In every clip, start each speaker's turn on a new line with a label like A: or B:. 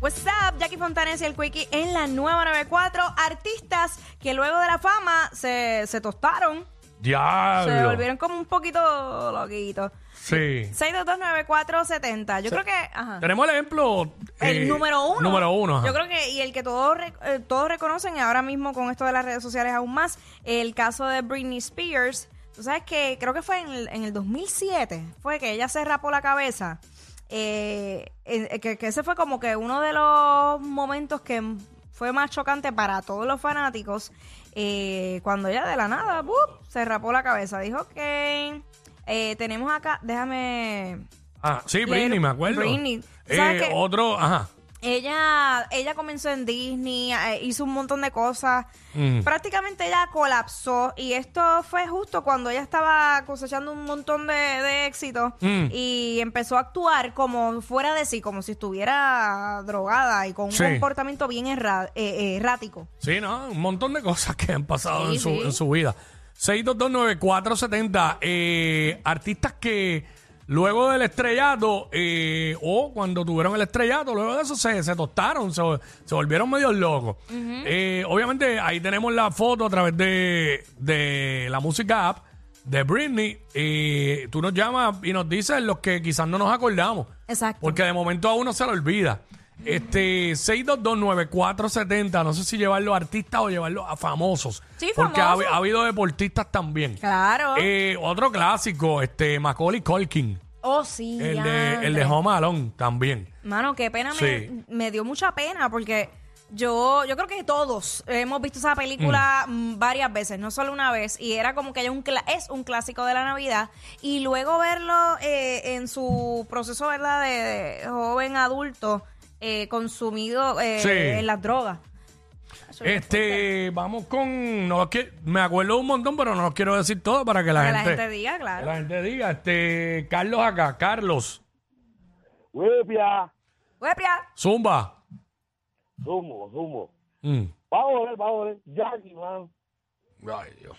A: What's up, Jackie Fontanes y el Quickie en la nueva 94. Artistas que luego de la fama se, se tostaron, se
B: Diablo.
A: volvieron como un poquito loquitos.
B: Sí.
A: 6229470. Yo creo que. Ajá.
B: Tenemos el ejemplo.
A: El
B: eh,
A: número uno.
B: Número uno. ajá.
A: Yo creo que, y el que todos, re- eh, todos reconocen ahora mismo con esto de las redes sociales aún más, el caso de Britney Spears. Tú sabes que creo que fue en el, en el 2007, fue que ella se rapó la cabeza. Eh, eh, que, que ese fue como que uno de los momentos que m- fue más chocante para todos los fanáticos. eh, cuando ella de la nada ¡bup!, se rapó la cabeza. Dijo, ok, eh, tenemos acá, déjame...
B: Ah, sí, Britney,
A: Leer-
B: me acuerdo.
A: Britney.
B: Eh,
A: ¿Sabes qué?
B: Otro, ajá.
A: Ella, ella comenzó en Disney, eh, hizo un montón de cosas.
B: Mm.
A: Prácticamente ella colapsó y esto fue justo cuando ella estaba cosechando un montón de, de éxito
B: Mm.
A: y empezó a actuar como fuera de sí, como si estuviera drogada y con un
B: Sí.
A: comportamiento bien erra- eh, eh, errático.
B: Sí, ¿no? Un montón de cosas que han pasado
A: Sí,
B: en, su,
A: sí.
B: en su vida. 6229470. Eh, artistas que luego del estrellato eh, o cuando tuvieron el estrellato, luego de eso se, se tostaron, se, se volvieron medio locos. Eh, obviamente ahí tenemos la foto a través de, de la música app de Britney. Eh, tú nos llamas y nos dices los que quizás no nos acordamos.
A: Exacto.
B: Porque de momento a uno se lo olvida. Este 6229470, no sé si llevarlo a artistas o llevarlo a famosos.
A: Sí,
B: porque ha,
A: famosos.
B: ha habido deportistas también.
A: Claro.
B: Eh, otro clásico, este Macaulay Culkin,
A: oh, sí.
B: el de, el de
A: diantre.
B: Home Alone también.
A: Mano, qué pena,
B: Sí.
A: me, me dio mucha pena porque yo, yo creo que todos hemos visto esa película mm, varias veces, no solo una vez, y era como que ya un cla- es un clásico de la Navidad, y luego verlo eh, en su proceso, ¿verdad?, de, de joven adulto eh, consumido eh,
B: Sí.
A: en las drogas. Eso es fuerte.
B: Este, vamos con. No, es que me acuerdo un montón, pero no los quiero decir todo para que la,
A: Que la
B: gente,
A: gente diga,
B: que
A: claro.
B: la gente diga. Este, Carlos acá, Carlos,
C: Whipia,
A: Huepia.
B: Zumba.
C: sumo, sumo.
B: Mm.
C: Vamos a ver, vamos a ver. Jackie, man.
B: Ay, Dios.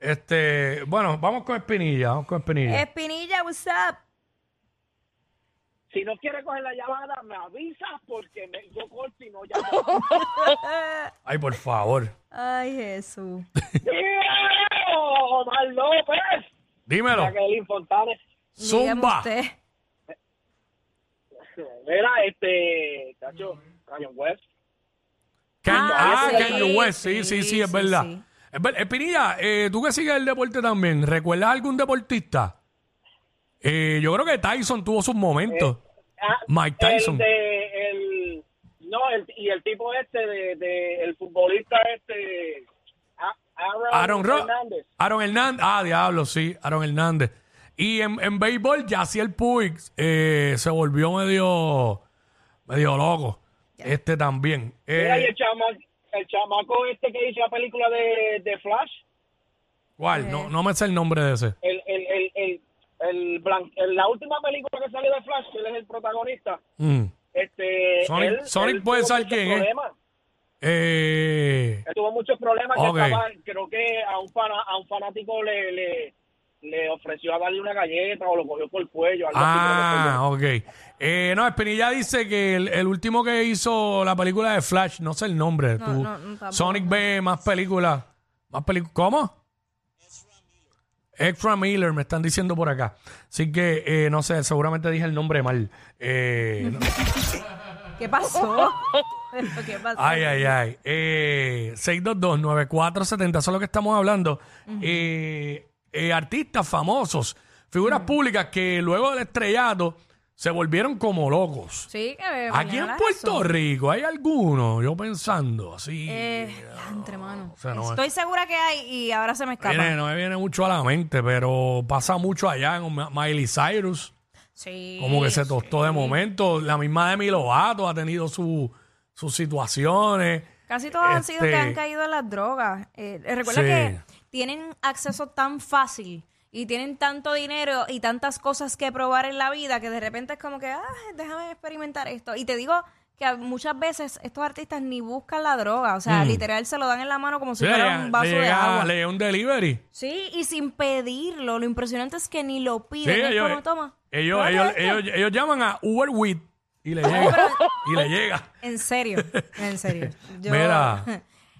B: Este, bueno, vamos con Espinilla, vamos con Espinilla.
A: Espinilla, what's up?
C: Si no quiere coger la llamada, me avisas porque me- yo corto y no llamo.
B: Ay, por favor.
A: Ay, Jesús.
C: ¡Dímelo, Omar López!
B: Dímelo.
C: Jacqueline Fontanes.
A: Dígame
B: Zumba.
A: usted.
C: Mira, este, cacho, Cañon West.
B: Ken- ah,
A: Ah, sí,
B: Kanye West. Sí, sí, sí,
A: sí,
B: es verdad.
A: sí.
B: Es ver- Espinilla, eh, tú que sigues el deporte también, ¿recuerdas algún deportista? Eh, yo creo que Tyson tuvo sus momentos.
C: Ah,
B: Mike Tyson.
C: El de, el, no, el, y el tipo este, de, de- el futbolista este, A- Aaron,
B: Aaron Ro-
C: Hernández.
B: Aaron Hernández. Ah, diablo, sí, Aaron Hernández. Y en, en béisbol, Yaciel Puig eh, se volvió medio, medio loco. Este también.
C: Mira, y
B: Eh,
C: el, chama, el chamaco este que hizo la película de, de Flash.
B: ¿Cuál?
A: Eh.
B: No, no me sé el nombre de ese.
C: el, el, el, el, el blan- el- la última película que salió de Flash, él es el protagonista.
B: Mm.
C: Este,
B: Sonic-
C: él-
B: Sonic
C: él
B: puede
C: tuvo
B: ser
C: muchos
B: quién, ¿eh?
C: problemas.
B: Eh,
C: Él tuvo muchos problemas.
B: Ok.
C: Que estaba- creo que a un, fana- a un fanático le, le, le ofreció a darle una galleta o lo cogió por el cuello. algo así,
B: ah,
C: creo que fue.
B: ok. Eh, no, Espinilla dice que el, el último que hizo la película de Flash, no sé el nombre.
A: No,
B: tú-
A: no, no, tampoco.
B: Sonic ve más películas. Más pelicu- ¿Cómo? Extra Miller, me están diciendo por acá. Así que, eh, no sé, seguramente dije el nombre mal. Eh, no-
A: ¿Qué pasó? ¿Qué pasó?
B: Ay, ay, ay. Eh, 622-9470, eso es lo que estamos hablando. Eh, eh, artistas famosos, figuras públicas que luego del estrellato se volvieron como locos.
A: Sí, que me
B: Aquí en Puerto Rico hay alguno, yo pensando, así.
A: entre Eh, mano.
B: o sea, no,
A: Estoy segura que hay y ahora se me escapa.
B: viene- no me viene mucho a la mente, pero pasa mucho allá en Miley Cyrus.
A: Sí.
B: Como que se tostó de momento. La misma Demi Lovato ha tenido su- sus situaciones.
A: Casi todos han sido que
B: Este,
A: han caído en las drogas. Eh, eh, recuerda
B: Sí.
A: que tienen acceso tan fácil y tienen tanto dinero y tantas cosas que probar en la vida que de repente es como que, ah, déjame experimentar esto. Y te digo que a- muchas veces estos artistas ni buscan la droga, o sea, literal se lo dan en la mano como si
B: Mm. Sí,
A: fuera
B: le-
A: un vaso
B: le
A: de
B: llega-
A: agua.
B: le llega un delivery.
A: Sí, y sin pedirlo. Lo impresionante es que ni lo
B: Sí,
A: piden. es
B: ellos,
A: como, toma.
B: ellos,
A: pruébate
B: ellos,
A: esto.
B: ellos, ellos llaman a Uber Wheat Y le llega. y le llega.
A: En serio, en serio. Yo
B: Mira.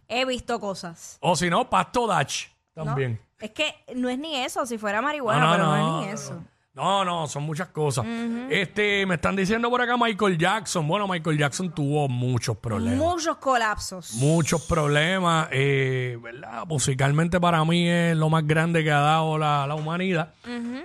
A: he visto cosas.
B: O si no, pasto Dutch
A: ¿no?
B: también.
A: Es que no es ni eso, si fuera marihuana, pero no, es ni eso.
B: No, no, son muchas cosas. Este, me están diciendo por acá Michael Jackson. Bueno, Michael Jackson tuvo muchos problemas.
A: Muchos colapsos.
B: muchos problemas, eh, ¿verdad? Musicalmente para mí es lo más grande que ha dado la, la humanidad,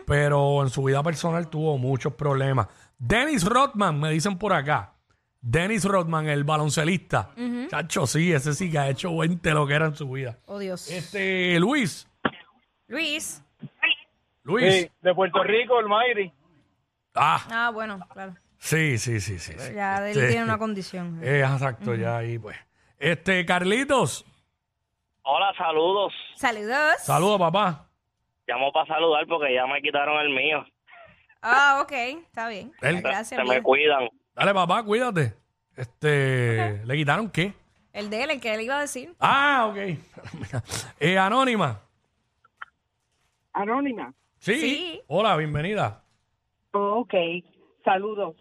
B: pero en su vida personal tuvo muchos problemas. Dennis Rodman, me dicen por acá. Dennis Rodman, el baloncelista. Chacho, sí, ese sí que ha hecho 20 lo que era en su vida.
A: oh, Dios.
B: Este, Luis,
A: Luis.
B: Luis.
C: Sí, de Puerto Rico, el Mayri.
B: Ah,
A: Ah, bueno, claro.
B: sí, sí, sí, sí. sí.
A: Ya él
B: Sí.
A: tiene una condición.
B: Eh, exacto, ya ahí pues. Este, Carlitos,
D: Hola, saludos.
A: Saludos.
B: saludos papá.
D: Llamo para saludar porque ya me quitaron el mío.
A: Ah, ok, está bien.
B: Él-
D: Se
A: Gracias.
D: me
A: amigo.
D: cuidan.
B: Dale papá, cuídate. Este, ¿le quitaron qué?
A: El de él, el que él iba a decir.
B: Ah, ok. Mira. Eh, anónima.
E: Anónima.
B: Sí.
A: Sí.
B: Hola, bienvenida.
E: Oh, ok, saludos.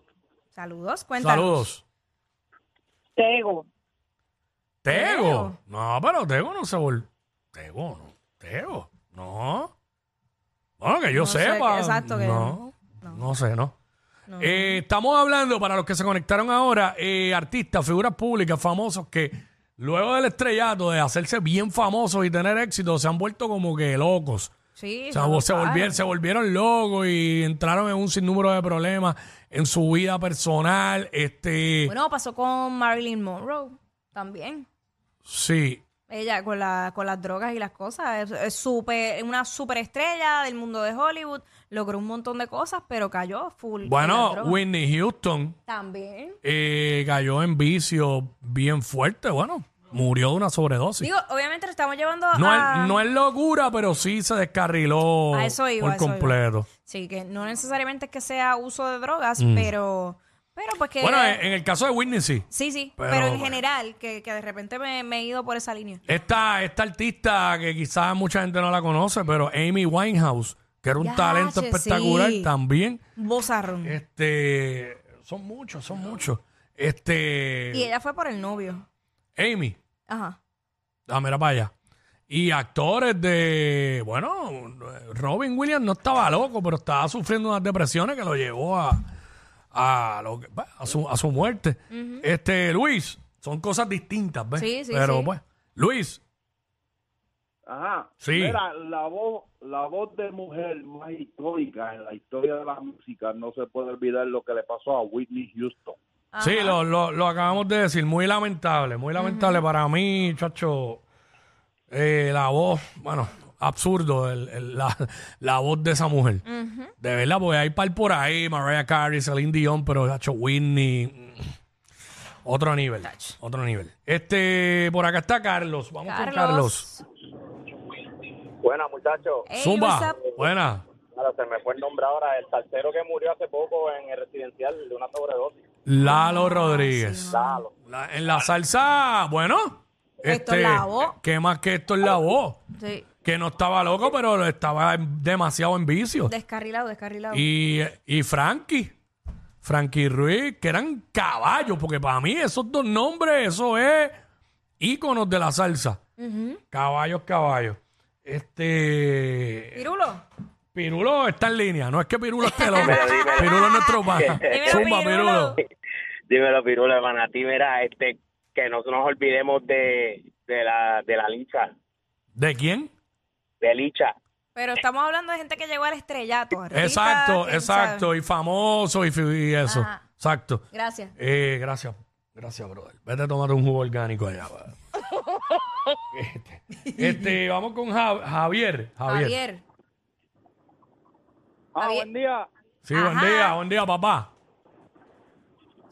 A: Saludos, cuéntanos.
B: Saludos.
E: Tego,
B: Tego.
A: Tego.
B: No, pero Tego no se vol... Tego, no. Tego. No. Bueno, que yo
A: No sé,
B: sepa.
A: que- exacto, que-
B: no, no.
A: no.
B: sé, no. Eh, estamos hablando, para los que se conectaron ahora, eh, artistas, figuras públicas, famosos que luego del estrellato, de hacerse bien famosos y tener éxito, se han vuelto como que locos.
A: Sí.
B: O sea,
A: saludos,
B: se, volvieron, se volvieron locos y entraron en un sinnúmero de problemas en su vida personal. Este,
A: Bueno, pasó con Marilyn Monroe también.
B: sí,
A: Ella con, la, con las drogas y las cosas. Es, es super, una superestrella del mundo de Hollywood. Logró un montón de cosas, pero cayó full. en las
B: bueno,
A: drogas.
B: Whitney Houston
A: También.
B: eh, cayó en vicio bien fuerte. Bueno, murió de una sobredosis.
A: Digo, obviamente lo estamos llevando
B: no,
A: a...
B: es, no es locura, pero sí se descarriló
A: A eso iba,
B: por
A: a eso iba.
B: completo.
A: Sí, que no necesariamente es que sea uso de drogas, pero... Pero pues que...
B: Mm. Bueno, en en el caso de Whitney, sí.
A: sí, sí.
B: pero
A: Pero, en
B: bueno.
A: general, que, que de repente me, me he ido por esa línea.
B: Esta, esta artista que quizás mucha gente no la conoce, pero Amy Winehouse, que era un
A: Yache,
B: talento espectacular
A: sí.
B: también.
A: Bozarrón.
B: Eh, Este, son muchos, son muchos.
A: Y
B: Este,
A: ella fue por el novio.
B: Amy,
A: Ajá.
B: ah, mira para allá. Y actores de, bueno, Robin Williams no estaba loco, pero estaba sufriendo unas depresiones que lo llevó a, a, lo que- pues, a, su, a su muerte. Este, Luis, son cosas distintas, ¿ves?
A: Sí, sí,
B: Pero
A: sí.
B: pues, Luis,
C: Ajá.
B: Sí.
C: Mira, la voz, la voz de mujer más histórica en la historia de la música no se puede olvidar lo que le pasó a Whitney Houston.
A: Ajá.
B: sí, lo, lo, lo acabamos de decir, muy lamentable, muy lamentable para mí, chacho. eh, la voz, bueno, absurdo el- el- la, la voz de esa mujer. De verdad, porque hay par por ahí, Mariah Carey, Celine Dion, pero Nacho Whitney. mm, Otro nivel. Otro nivel. Este, por acá está Carlos. Vamos con Carlos.
A: Carlos.
D: Buenas, muchachos.
A: Hey, what's
B: Zumba.
A: up?
B: Buena.
D: Ahora se me fue el nombre ahora. El salsero que murió hace poco en el residencial de una sobredosis.
B: Lalo Rodríguez.
D: Lalo.
B: La- en la salsa, bueno. este,
A: Esto es la voz.
B: ¿Qué más que esto es la voz?
A: Sí.
B: Que no estaba loco, pero estaba en- demasiado en vicio.
A: Descarrilado, descarrilado.
B: Y, y Frankie, Frankie Ruiz, que eran caballos, porque para mí esos dos nombres, eso es íconos de la salsa. Caballos, caballos. Este.
A: Pirulo.
B: Pirulo está en línea, no es que Pirulo esté loco. Pirulo es nuestro pana.
A: Dímelo,
B: Zumba,
A: Pirulo.
B: Pirulo.
D: Dímelo, Pirula, para ti, verá, este, que no nos olvidemos de, de, la, de la licha.
B: ¿De quién?
D: De licha.
A: Pero estamos hablando de gente que llegó al estrellato. artistas,
B: Eh. Exacto,
A: que,
B: exacto. Y famoso y, fi- y eso.
A: Ajá.
B: Exacto.
A: ¿sabes? Gracias.
B: Eh, gracias, gracias, brother. Vete a tomar un jugo orgánico allá. va. este, este, vamos con Ja- Javier. Javier.
A: Javier.
C: Ah,
A: Javier.
C: buen día.
B: Sí, buen
A: Ajá.
B: día, buen día, papá.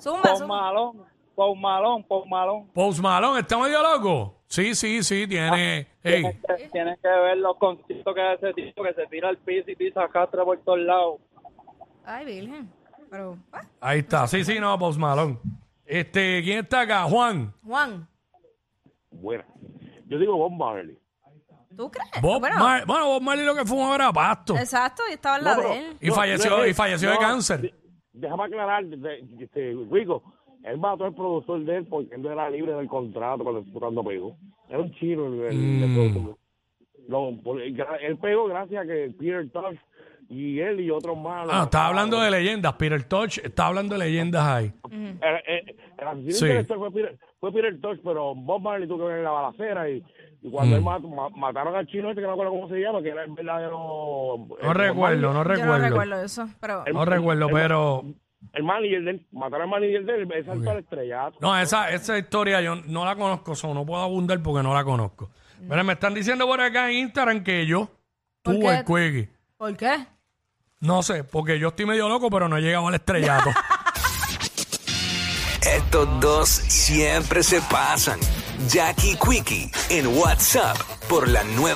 A: Zumba,
C: Pon
A: zumba.
C: malón, pon malón, pon malón.
B: Post Malone, ¿está medio loco? Sí, sí, sí, tiene. ey,
C: Tienes que, tienes que ver los conciertos que hace ese tipo que se tira al piso y pisa castra por todos lados.
A: Ay, virgen. Pero, ah,
B: ahí está. Sí, sí, no, Post Malone. Este, ¿quién está acá? Juan.
A: Juan,
F: buena. Yo digo Bob Marley.
A: ¿tú crees?
B: Bob
A: Bueno,
B: Mar- bueno, Bob Marley lo que fumaba era pasto.
A: Exacto, y estaba al lado de él.
B: Y falleció,
F: no,
B: y falleció de
F: no,
B: cáncer.
C: déjame aclarar, de- de- de- Rico, él mató al productor de él porque él no era libre del contrato cuando, cuando pegó. Era un chino el, el- el
B: Mm.
C: productor. Lo- por- eh, gra- él pegó gracias a que Peter Tosh y él y otros más.
B: Ah, estaba hablando de leyendas, Peter Touch, está hablando de leyendas ahí.
C: Eh, eh, el asesino
B: Sí.
C: intelectual fue Peter, fue Peter Tosh, pero Bob Marley tuvo que ver en la balacera y, y cuando
B: Mm.
C: él mat- ma- mataron al chino este, que no me acuerdo cómo se llama, que era el verdadero... eh,
B: No
C: Bob
B: recuerdo,
A: Yo
B: no
A: no
B: recuerdo.
A: recuerdo eso, pero...
C: El-
B: No recuerdo, pero...
C: El manager de él, mataron al manager de él, es saltó al estrellato.
B: No, esa, esa historia yo no la conozco, so, no puedo abundar porque no la conozco. Pero me están diciendo por acá en Instagram que yo
A: ¿Por
B: tuve
A: qué?
B: el cuegui.
A: ¿Por qué?
B: No sé, porque yo estoy medio loco, pero no he llegado al estrellato.
G: Estos dos siempre se pasan. Jackie Quickie en WhatsApp por la nueva.